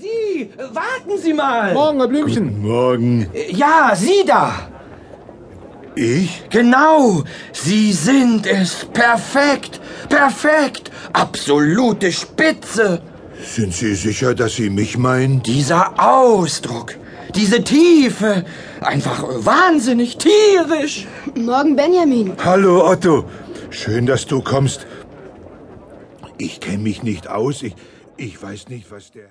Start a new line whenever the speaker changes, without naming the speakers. Sie, warten Sie mal.
Morgen, Herr Blümchen.
Morgen.
Ja, Sie da.
Ich?
Genau, Sie sind es. Perfekt, perfekt. Absolute Spitze.
Sind Sie sicher, dass Sie mich meinen?
Dieser Ausdruck, diese Tiefe. Einfach wahnsinnig tierisch.
Morgen, Benjamin.
Hallo, Otto. Schön, dass du kommst. Ich kenne mich nicht aus. Ich, ich weiß nicht, was der...